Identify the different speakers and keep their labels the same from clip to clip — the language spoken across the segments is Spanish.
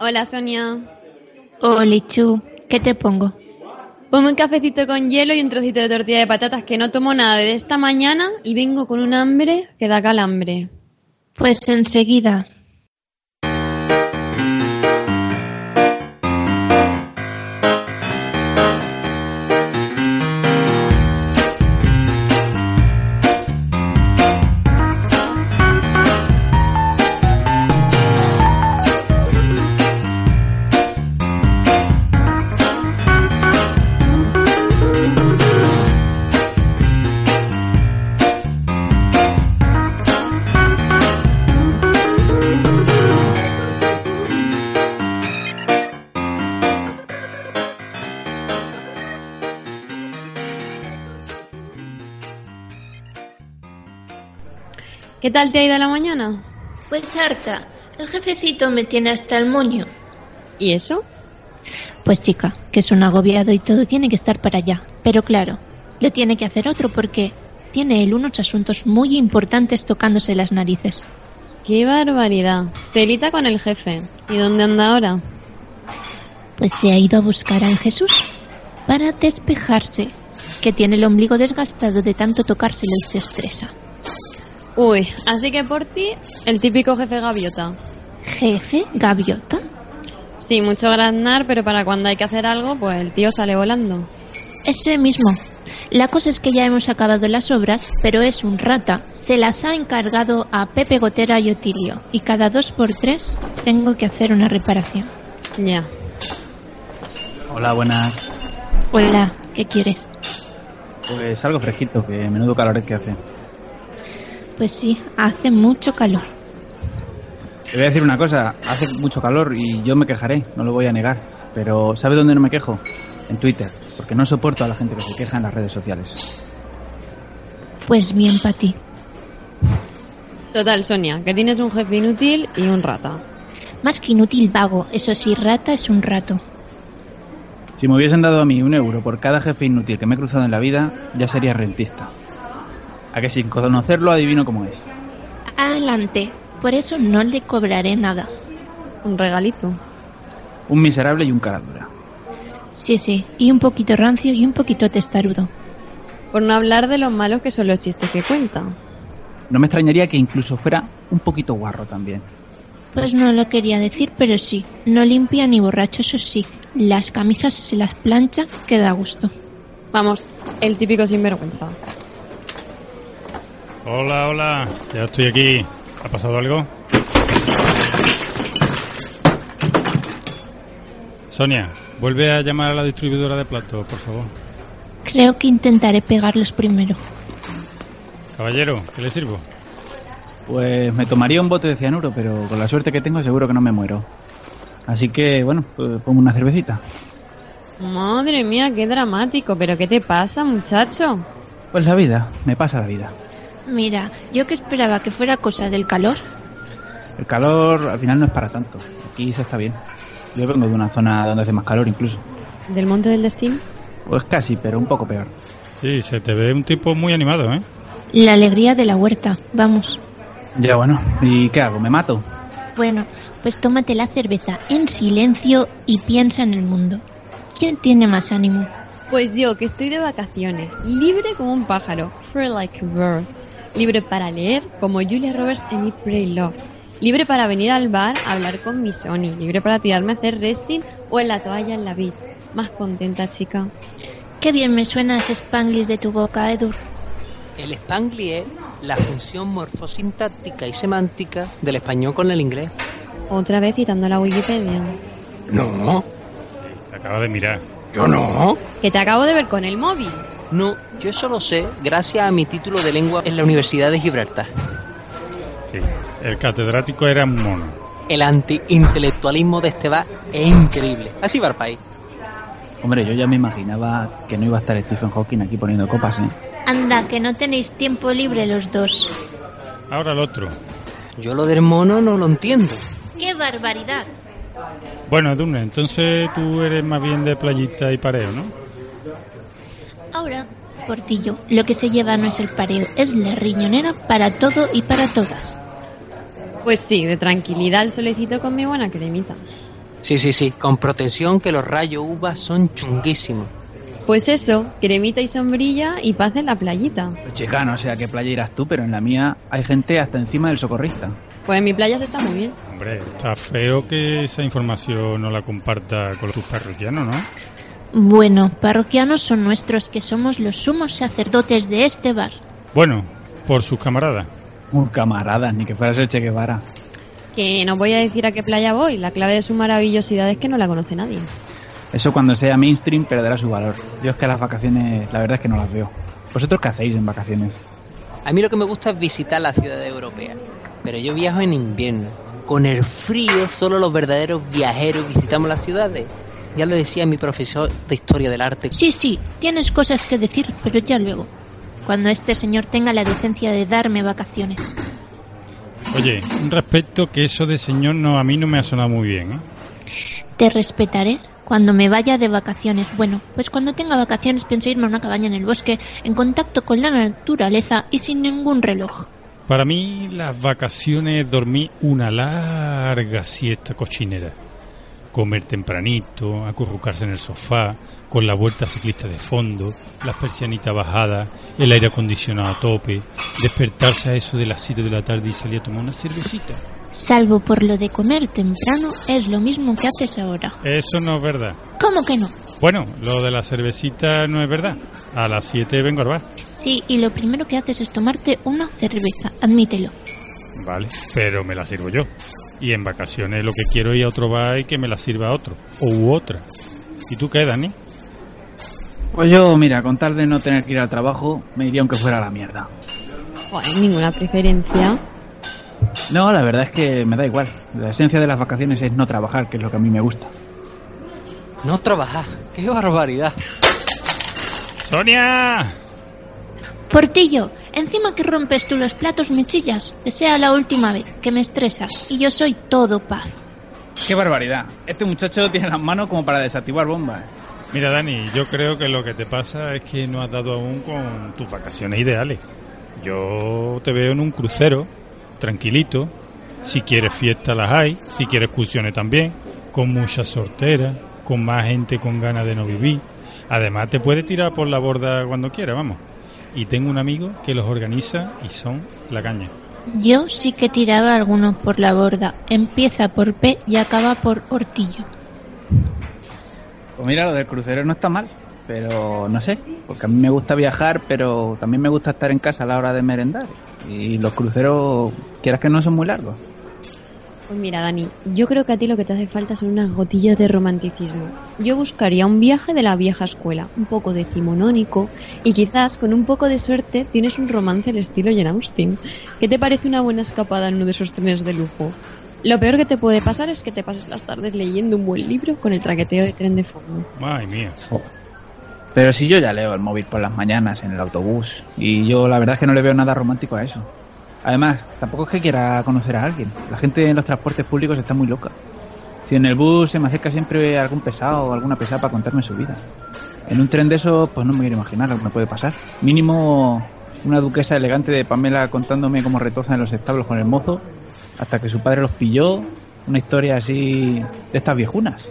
Speaker 1: Hola Sonia.
Speaker 2: Oli, Chu, Oh, ¿qué te pongo?
Speaker 1: Ponme un cafecito con hielo y un trocito de tortilla de patatas que no tomo nada desde esta mañana y vengo con un hambre que da calambre.
Speaker 2: Pues enseguida.
Speaker 1: ¿Qué tal te ha ido la mañana?
Speaker 3: Pues harta, el jefecito me tiene hasta el moño.
Speaker 1: ¿Y eso?
Speaker 2: Pues chica, que es un agobiado y todo tiene que estar para allá. Pero claro, lo tiene que hacer otro porque tiene él unos asuntos muy importantes tocándose las narices.
Speaker 1: ¡Qué barbaridad! Telita con el jefe. ¿Y dónde anda ahora?
Speaker 2: Pues se ha ido a buscar a Jesús para despejarse, que tiene el ombligo desgastado de tanto tocárselo y se estresa.
Speaker 1: Uy, así que por ti, el típico jefe gaviota.
Speaker 2: ¿Jefe? ¿Gaviota?
Speaker 1: Sí, mucho granar, pero para cuando hay que hacer algo, pues el tío sale volando.
Speaker 2: Ese mismo. La cosa es que ya hemos acabado las obras, pero es un rata. Se las ha encargado a Pepe Gotera y Otilio, y cada dos por tres tengo que hacer una reparación.
Speaker 1: Ya.
Speaker 4: Hola, buenas.
Speaker 2: Hola, ¿qué quieres?
Speaker 4: Pues algo fresquito, que menudo calor que hace.
Speaker 2: Pues sí, hace mucho calor.
Speaker 4: Te voy a decir una cosa, hace mucho calor y yo me quejaré, no lo voy a negar. Pero ¿sabes dónde no me quejo? En Twitter, porque no soporto a la gente que se queja en las redes sociales.
Speaker 2: Pues bien para ti.
Speaker 1: Total, Sonia, que tienes un jefe inútil y un rata.
Speaker 2: Más que inútil vago, eso sí, rata es un rato.
Speaker 4: Si me hubiesen dado a mí un euro por cada jefe inútil que me he cruzado en la vida, ya sería rentista. A que sin conocerlo adivino cómo es.
Speaker 2: Adelante, por eso no le cobraré nada.
Speaker 1: Un regalito.
Speaker 4: Un miserable y un cara dura.
Speaker 2: Sí, sí, y un poquito rancio y un poquito testarudo.
Speaker 1: Por no hablar de los malos que son los chistes que cuentan.
Speaker 4: No me extrañaría que incluso fuera un poquito guarro también.
Speaker 2: Pues no lo quería decir, pero sí, no limpia ni borracho, eso sí. Las camisas se las plancha, que da gusto.
Speaker 1: Vamos, el típico sinvergüenza.
Speaker 5: Hola, hola, ya estoy aquí. ¿Ha pasado algo? Sonia, vuelve a llamar a la distribuidora de platos, por favor.
Speaker 2: Creo que intentaré pegarlos primero.
Speaker 5: Caballero, ¿qué le sirvo?
Speaker 4: Pues me tomaría un bote de cianuro, pero con la suerte que tengo seguro que no me muero. Así que, bueno, pues pongo una cervecita.
Speaker 1: Madre mía, qué dramático. ¿Pero qué te pasa, muchacho?
Speaker 4: Pues la vida, me pasa la vida.
Speaker 2: Mira, yo que esperaba que fuera cosa del calor.
Speaker 4: El calor al final no es para tanto. Aquí se está bien. Yo vengo de una zona donde hace más calor incluso.
Speaker 1: ¿Del monte del destino?
Speaker 4: Pues casi, pero un poco peor.
Speaker 5: Sí, se te ve un tipo muy animado, ¿eh?
Speaker 2: La alegría de la huerta, vamos.
Speaker 4: Ya bueno, ¿y qué hago? ¿Me mato?
Speaker 2: Bueno, pues tómate la cerveza en silencio y piensa en el mundo. ¿Quién tiene más ánimo?
Speaker 1: Pues yo, que estoy de vacaciones, libre como un pájaro, free like a bird, libre para leer como Julia Roberts en It Pray Love, libre para venir al bar a hablar con mi Sony, libre para tirarme a hacer resting o en la toalla en la beach. Más contenta, chica.
Speaker 2: Qué bien me suena ese spanglish de tu boca, Edur.
Speaker 6: El Spanglish es la función morfosintáctica y semántica del español con el inglés.
Speaker 1: Otra vez citando la Wikipedia.
Speaker 6: No,
Speaker 5: Te acaba de mirar.
Speaker 6: yo no.
Speaker 1: Que te acabo de ver con el móvil.
Speaker 7: No, yo eso lo sé gracias a mi título de lengua en la Universidad de Gibraltar.
Speaker 5: Sí. El catedrático era un mono.
Speaker 7: El antiintelectualismo de este bar es increíble. Así va el país.
Speaker 4: Hombre, yo ya me imaginaba que no iba a estar Stephen Hawking aquí poniendo copas, ¿eh?
Speaker 3: Anda, que no tenéis tiempo libre los dos.
Speaker 5: Ahora el otro.
Speaker 7: Yo lo del mono no lo entiendo.
Speaker 3: ¡Qué barbaridad!
Speaker 5: Bueno, Dune, entonces tú eres más bien de playita y pareo, ¿no?
Speaker 2: Ahora, Portillo, lo que se lleva no es el pareo, es la riñonera para todo y para todas.
Speaker 1: Pues sí, de tranquilidad el solecito con mi buena cremita.
Speaker 7: Sí, sí, sí, con protección que los rayos uva son chunguísimos.
Speaker 1: Pues eso, cremita y sombrilla y paz en la playita.
Speaker 4: Pues chica, no sé a qué playa irás tú, pero en la mía hay gente hasta encima del socorrista.
Speaker 1: Pues en mi playa se está muy bien.
Speaker 5: Hombre, está feo que esa información no la comparta con tus parroquianos, ¿no?
Speaker 2: Bueno, parroquianos son nuestros que somos los sumos sacerdotes de este bar.
Speaker 5: Bueno, por sus camaradas.
Speaker 4: Un camaradas, ni que fueras el Che Guevara.
Speaker 1: Que no voy a decir a qué playa voy, la clave de su maravillosidad es que no la conoce nadie.
Speaker 4: Eso cuando sea mainstream perderá su valor. Yo es que las vacaciones, la verdad es que no las veo. ¿Vosotros qué hacéis en vacaciones?
Speaker 7: A mí lo que me gusta es visitar la ciudad europea, pero yo viajo en invierno. Con el frío solo los verdaderos viajeros visitamos las ciudades. Ya lo decía mi profesor de historia del arte.
Speaker 2: Sí, sí, tienes cosas que decir, pero ya luego. Cuando este señor tenga la decencia de darme vacaciones.
Speaker 5: Oye, un respeto que eso de señor no a mí no me ha sonado muy bien, ¿eh?
Speaker 2: Te respetaré cuando me vaya de vacaciones. Bueno, pues cuando tenga vacaciones pienso irme a una cabaña en el bosque, en contacto con la naturaleza y sin ningún reloj.
Speaker 5: Para mí las vacaciones dormí una larga siesta cochinera. Comer tempranito, acurrucarse en el sofá, con la vuelta ciclista de fondo, las persianitas bajadas, el aire acondicionado a tope, despertarse a eso de las 7 de la tarde y salir a tomar una cervecita.
Speaker 2: Salvo por lo de comer temprano, es lo mismo que haces ahora.
Speaker 5: Eso no es verdad.
Speaker 2: ¿Cómo que no?
Speaker 5: Bueno, lo de la cervecita no es verdad. A las 7 vengo al bar.
Speaker 2: Sí, y lo primero que haces es tomarte una cerveza, admítelo.
Speaker 5: Vale, pero me la sirvo yo. Y en vacaciones lo que quiero es ir a otro bar y que me la sirva otro. O otra. ¿Y tú qué, Dani?
Speaker 4: Pues yo, mira, con tal de no tener que ir al trabajo, me iría aunque fuera a la mierda.
Speaker 1: Joder, ninguna preferencia.
Speaker 4: No, la verdad es que me da igual. La esencia de las vacaciones es no trabajar, que es lo que a mí me gusta.
Speaker 7: No trabajar, qué barbaridad.
Speaker 5: ¡Sonia!
Speaker 2: Portillo, encima que rompes tú los platos me chillas, que sea la última vez, que me estresas, y yo soy todo paz.
Speaker 4: ¡Qué barbaridad! Este muchacho tiene las manos como para desactivar bombas. ¿eh?
Speaker 5: Mira, Dani, yo creo que lo que te pasa es que no has dado aún con tus vacaciones ideales. Yo te veo en un crucero, tranquilito. Si quieres fiesta las hay, si quieres excursiones también, con muchas sorteras, con más gente con ganas de no vivir. Además, te puedes tirar por la borda cuando quieras, vamos. Y tengo un amigo que los organiza y son la caña.
Speaker 2: Yo sí que tiraba algunos por la borda, empieza por P y acaba por Hortillo.
Speaker 4: Pues mira, lo del crucero no está mal, pero no sé, porque a mí me gusta viajar, pero también me gusta estar en casa a la hora de merendar. Y los cruceros, quieras que no, son muy largos.
Speaker 1: Pues mira, Dani, yo creo que a ti lo que te hace falta son unas gotillas de romanticismo. Yo buscaría un viaje de la vieja escuela, un poco decimonónico, y quizás con un poco de suerte tienes un romance al estilo Jane Austen. ¿Qué te parece una buena escapada en uno de esos trenes de lujo? Lo peor que te puede pasar es que te pases las tardes leyendo un buen libro con el traqueteo de tren de fondo.
Speaker 5: Madre mía.
Speaker 4: Pero si yo ya leo el móvil por las mañanas en el autobús, y yo la verdad es que no le veo nada romántico a eso. Además, tampoco es que quiera conocer a alguien. La gente en los transportes públicos está muy loca. Si en el bus se me acerca siempre algún pesado o alguna pesada para contarme su vida. En un tren de esos, pues no me quiero imaginar lo que me puede pasar. Mínimo una duquesa elegante de Pamela contándome cómo retoza en los establos con el mozo, hasta que su padre los pilló. Una historia así de estas viejunas.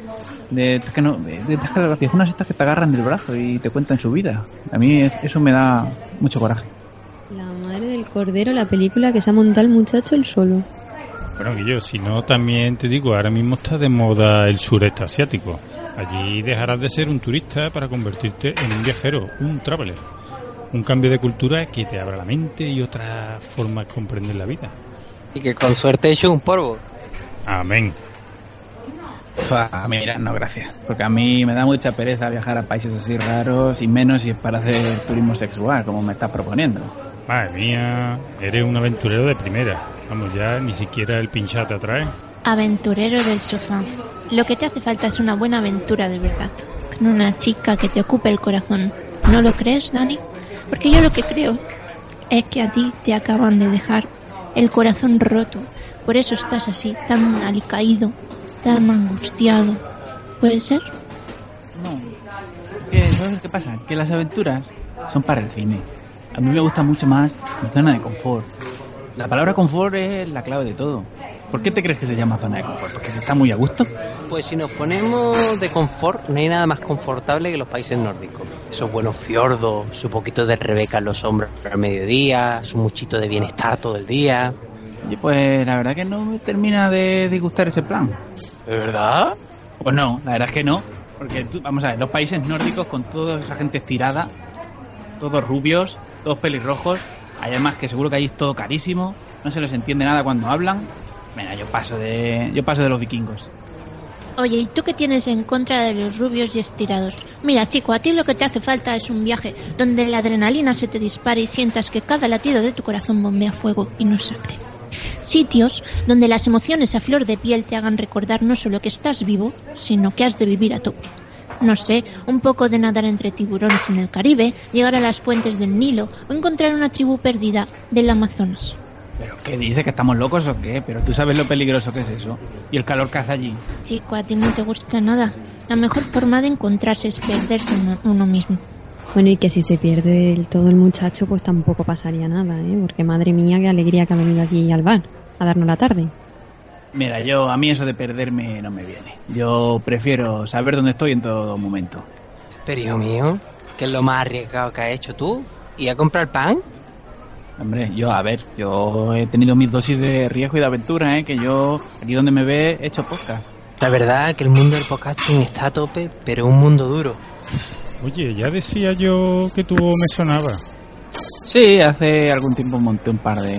Speaker 4: De, estas que no, de, de estas que- las viejunas estas que te agarran del brazo y te cuentan su vida. A mí es- eso me da mucho coraje.
Speaker 1: La madre del cordero, la película que se ha montado el muchacho el solo.
Speaker 5: Bueno, Guillo, si no, también te digo, ahora mismo está de moda el sureste asiático. Allí dejarás de ser un turista para convertirte en un viajero, un traveler. Un cambio de cultura que te abra la mente y otra forma de comprender la vida.
Speaker 7: Y que con suerte he hecho un polvo.
Speaker 5: Amén.
Speaker 4: Fa, mira, no, gracias. Porque a mí me da mucha pereza viajar a países así raros y menos si es para hacer turismo sexual, como me estás proponiendo.
Speaker 5: Madre mía, eres un aventurero de primera. Vamos, ya ni siquiera el ¿eh? pinchá te atrae.
Speaker 2: Aventurero del sofá. Lo que te hace falta es una buena aventura de verdad. Con una chica que te ocupe el corazón. ¿No lo crees, Dani? Porque yo lo que creo es que a ti te acaban de dejar el corazón roto. Por eso estás así, tan alicaído, tan angustiado. ¿Puede ser?
Speaker 4: No. ¿Qué, ¿Sabes qué pasa? Que las aventuras son para el cine. A mí me gusta mucho más mi zona de confort. La palabra confort es la clave de todo. ¿Por qué te crees que se llama zona de confort? ¿Porque se está muy a gusto?
Speaker 7: Pues si nos ponemos de confort, no hay nada más confortable que los países nórdicos. Esos buenos fiordos, su poquito de Rebeca en los hombros al mediodía, su muchito de bienestar todo el día.
Speaker 4: Y pues la verdad que no me termina de disgustar ese plan.
Speaker 7: ¿De verdad?
Speaker 4: Pues no, la verdad es que no. Porque tú- vamos a ver, los países nórdicos con toda esa gente estirada, todos rubios, todos pelirrojos, hay además que seguro que allí es todo carísimo, no se les entiende nada cuando hablan. Mira, yo paso de yo paso de los vikingos.
Speaker 2: Oye, ¿y tú qué tienes en contra de los rubios y estirados? Mira, chico, a ti lo que te hace falta es un viaje donde la adrenalina se te dispare y sientas que cada latido de tu corazón bombea fuego y no sangre. Sitios donde las emociones a flor de piel te hagan recordar no solo que estás vivo, sino que has de vivir a tope. No sé, un poco de nadar entre tiburones en el Caribe, llegar a las fuentes del Nilo o encontrar una tribu perdida del Amazonas.
Speaker 4: Pero qué dices que estamos locos o qué? Pero tú sabes lo peligroso que es eso y el calor que hace allí.
Speaker 2: Chico, a ti no te gusta nada. La mejor forma de encontrarse es perderse uno- uno mismo.
Speaker 1: Bueno, y que si se pierde del todo el muchacho, pues tampoco pasaría nada, ¿eh? Porque madre mía, qué alegría que ha venido aquí al bar a darnos la tarde.
Speaker 4: Mira, yo a mí eso de perderme no me viene. Yo prefiero saber dónde estoy en todo momento.
Speaker 7: Pero hijo mío, ¿qué es lo más arriesgado que has hecho tú? ¿Y a comprar pan?
Speaker 4: Hombre, yo a ver, yo he tenido mis dosis de riesgo y de aventura, ¿eh? que yo aquí donde me ve he hecho podcast.
Speaker 7: La verdad que el mundo del podcasting está a tope, pero es un mundo duro.
Speaker 5: Oye, ya decía yo que tu voz me sonaba.
Speaker 4: Sí, hace algún tiempo monté un par de,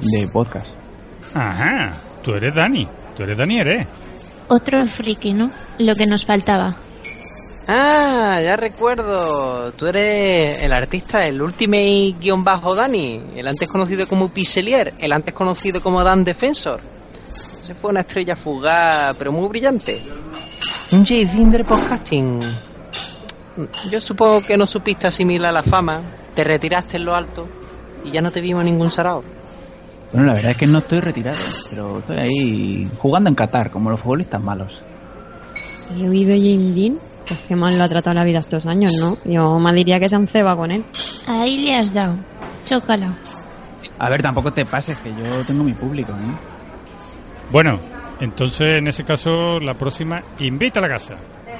Speaker 4: de podcasts.
Speaker 5: Ajá, tú eres Dani. Tú eres Dani, eres.
Speaker 2: Otro friki, ¿no? Lo que nos faltaba.
Speaker 7: Ah, ya recuerdo. Tú eres el artista, el Ultimate guión bajo Dani, el antes conocido como Pixelier, el antes conocido como Dan Defensor. Se fue una estrella fugaz, pero muy brillante. Un J. Cinder Podcasting. Yo supongo que no supiste asimilar la fama, te retiraste en lo alto y ya no te vimos en ningún sarao.
Speaker 4: Bueno, la verdad es que no estoy retirado, pero estoy ahí jugando en Qatar, como los futbolistas malos.
Speaker 1: He oído Jim Dean, pues qué mal lo ha tratado la vida estos años, ¿no? Yo me diría que se han cebado con él.
Speaker 2: Ahí le has dado. Chócala.
Speaker 4: A ver, tampoco te pases, que yo tengo mi público, ¿eh?
Speaker 5: Bueno, entonces en ese caso, la próxima, invita a la casa.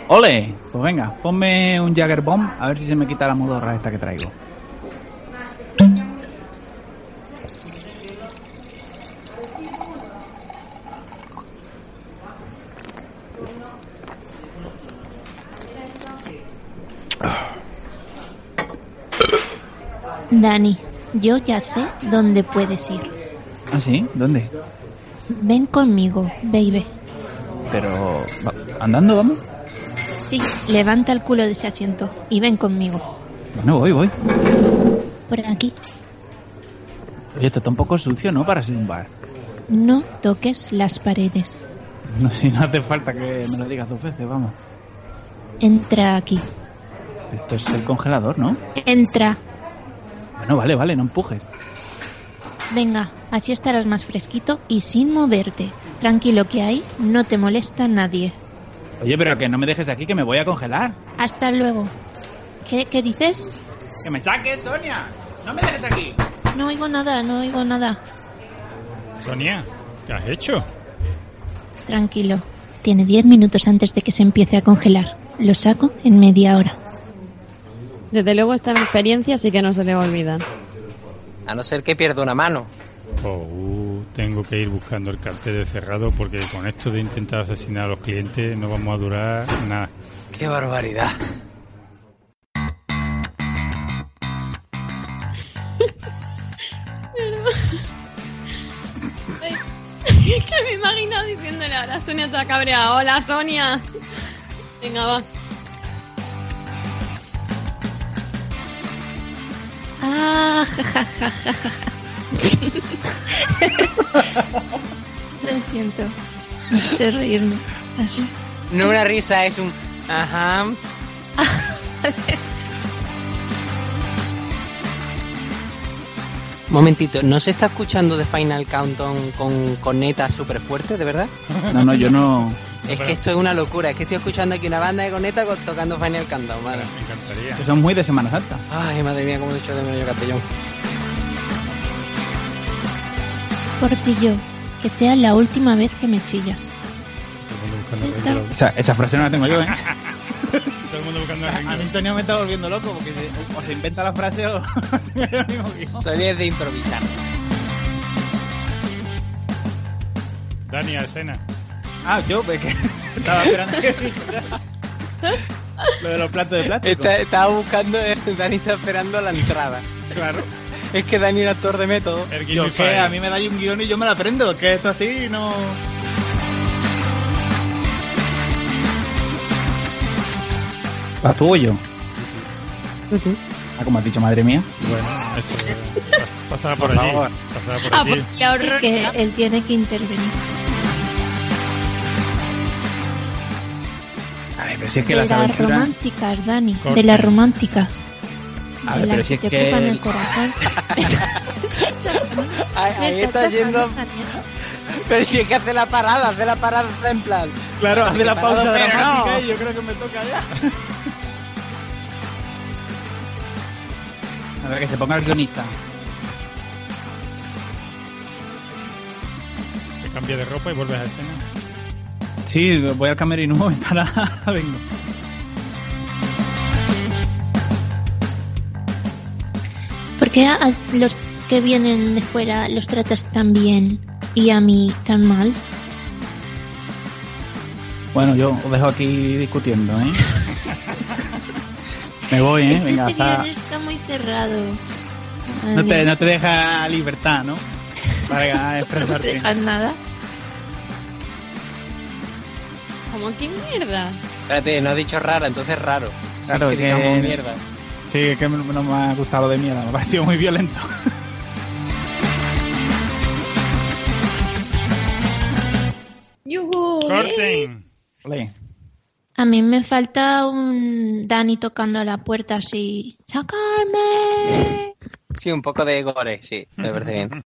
Speaker 4: ¡Ole! Pues venga, ponme un Jagger Bomb, a ver si se me quita la modorra esta que traigo.
Speaker 2: Dani, yo ya sé dónde puedes ir.
Speaker 4: ¿Ah, sí? ¿Dónde?
Speaker 2: Ven conmigo, baby.
Speaker 4: Pero... va- ¿Andando vamos?
Speaker 2: Sí, levanta el culo de ese asiento y ven conmigo.
Speaker 4: Bueno, voy, voy.
Speaker 2: Por aquí.
Speaker 4: Oye, esto está un poco sucio, ¿no? Para ser un bar.
Speaker 2: No toques las paredes.
Speaker 4: No sé, no hace falta que me lo digas dos veces, vamos.
Speaker 2: Entra aquí.
Speaker 4: Esto es el congelador, ¿no?
Speaker 2: Entra.
Speaker 4: Bueno, vale, vale, no empujes.
Speaker 2: Venga, así estarás más fresquito y sin moverte. Tranquilo que ahí no te molesta nadie.
Speaker 4: Oye, pero que no me dejes aquí, que me voy a congelar.
Speaker 2: Hasta luego. ¿Qué, qué dices?
Speaker 4: ¡Que me saques, Sonia! ¡No me dejes aquí!
Speaker 2: No oigo nada, no oigo nada.
Speaker 5: Sonia, ¿qué has hecho?
Speaker 2: Tranquilo. Tiene 10 minutos antes de que se empiece a congelar. Lo saco en media hora.
Speaker 1: Desde luego esta experiencia sí que no se le va a olvidar.
Speaker 7: A no ser que pierda una mano.
Speaker 5: Oh, uh, tengo que ir buscando el cartel de cerrado porque con esto de intentar asesinar a los clientes no vamos a durar nada.
Speaker 7: ¡Qué barbaridad!
Speaker 1: que me he imaginado, digo, ahora Sonia te ha cabreado. Hola, Sonia. Venga, va.
Speaker 2: Ah, ja, ja, ja, ja, ja, ja. Lo siento. No sé reírme. Así.
Speaker 7: No una risa, es un... Ajá. Momentito, ¿no se está escuchando The Final Countdown con cornetas súper fuerte, de verdad?
Speaker 4: No, no, yo no.
Speaker 7: Es
Speaker 5: pero-
Speaker 7: que esto es una locura, es que estoy escuchando aquí una banda de cornetas co- tocando Final Countdown, madre.
Speaker 5: Me encantaría.
Speaker 4: Eso es muy de Semana Santa.
Speaker 7: Ay, madre mía, cómo he hecho de menos yo Castellón.
Speaker 2: Portillo, que sea la última vez que me chillas.
Speaker 5: Todo el mundo buscando el
Speaker 2: Está-
Speaker 5: renglón.
Speaker 4: Esa, esa frase no la tengo yo, ¿eh?
Speaker 5: Todo el mundo buscando el
Speaker 4: A mí
Speaker 5: renglón.
Speaker 4: Sonia me está volviendo loco porque se, o se inventa la frase o tiene el mismo guión.
Speaker 7: Soy de improvisar.
Speaker 5: Dani, a escena.
Speaker 4: Ah, yo, pues que estaba esperando que dijera lo de los platos de plástico.
Speaker 7: Está- estaba buscando, eh, Dani está esperando la entrada.
Speaker 4: Claro.
Speaker 7: Es que Dani era actor de método.
Speaker 5: El
Speaker 4: Yo,
Speaker 5: Guilty
Speaker 4: ¿qué?
Speaker 5: Fire.
Speaker 4: A mí me da un guión y yo me lo aprendo. Que esto así no... ¿Vas tú o yo? Ah, como has dicho, madre mía.
Speaker 5: Bueno, eso, eh, pa- pasaba por,
Speaker 4: Por
Speaker 5: allí.
Speaker 4: favor.
Speaker 5: Pasaba por
Speaker 1: Ah,
Speaker 5: allí.
Speaker 1: porque la horror.
Speaker 2: Que él tiene que intervenir.
Speaker 4: A ver, pero si es que
Speaker 2: de
Speaker 4: las
Speaker 2: las
Speaker 4: aventuras...
Speaker 2: románticas, Dani.
Speaker 5: Corte.
Speaker 2: De las románticas.
Speaker 4: A
Speaker 2: de las
Speaker 4: ver, pero si es
Speaker 2: te ocupan el
Speaker 4: que...
Speaker 2: corazón.
Speaker 7: Ahí, ahí está yendo. Pero si es que hace la parada, hace la parada en plan.
Speaker 4: Claro, haz de la pausa
Speaker 7: Pero
Speaker 4: dramática
Speaker 7: no.
Speaker 4: y yo creo que me toca ya. A ver, que se ponga el guionista.
Speaker 5: Te cambia de ropa y vuelves a escena.
Speaker 4: Sí, voy al camerino un momento, ahora vengo.
Speaker 2: Porque a, a los que vienen de fuera los tratas tan bien y a mí tan mal.
Speaker 4: Bueno, yo os dejo aquí discutiendo, ¿eh? me voy, ¿eh?
Speaker 2: este
Speaker 4: Venga, hasta...
Speaker 2: guion está muy cerrado.
Speaker 4: no, te,
Speaker 2: Adiós.
Speaker 4: no te deja libertad, ¿no? Para
Speaker 2: no te
Speaker 4: expresarte.
Speaker 2: dejan nada.
Speaker 1: ¿Cómo que mierda?
Speaker 7: Espérate, no has dicho raro, entonces raro.
Speaker 4: Claro,
Speaker 7: Sí,
Speaker 4: que-
Speaker 7: digamos mierda.
Speaker 4: Sí, es que no no me ha gustado lo de mierda, me ha parecido muy violento.
Speaker 1: ¡Yujú!
Speaker 5: Corten.
Speaker 4: Ole.
Speaker 2: A mí me falta un Dani tocando la puerta así. ¡Sacarme!
Speaker 7: Sí, un poco de gore, sí, me parece bien.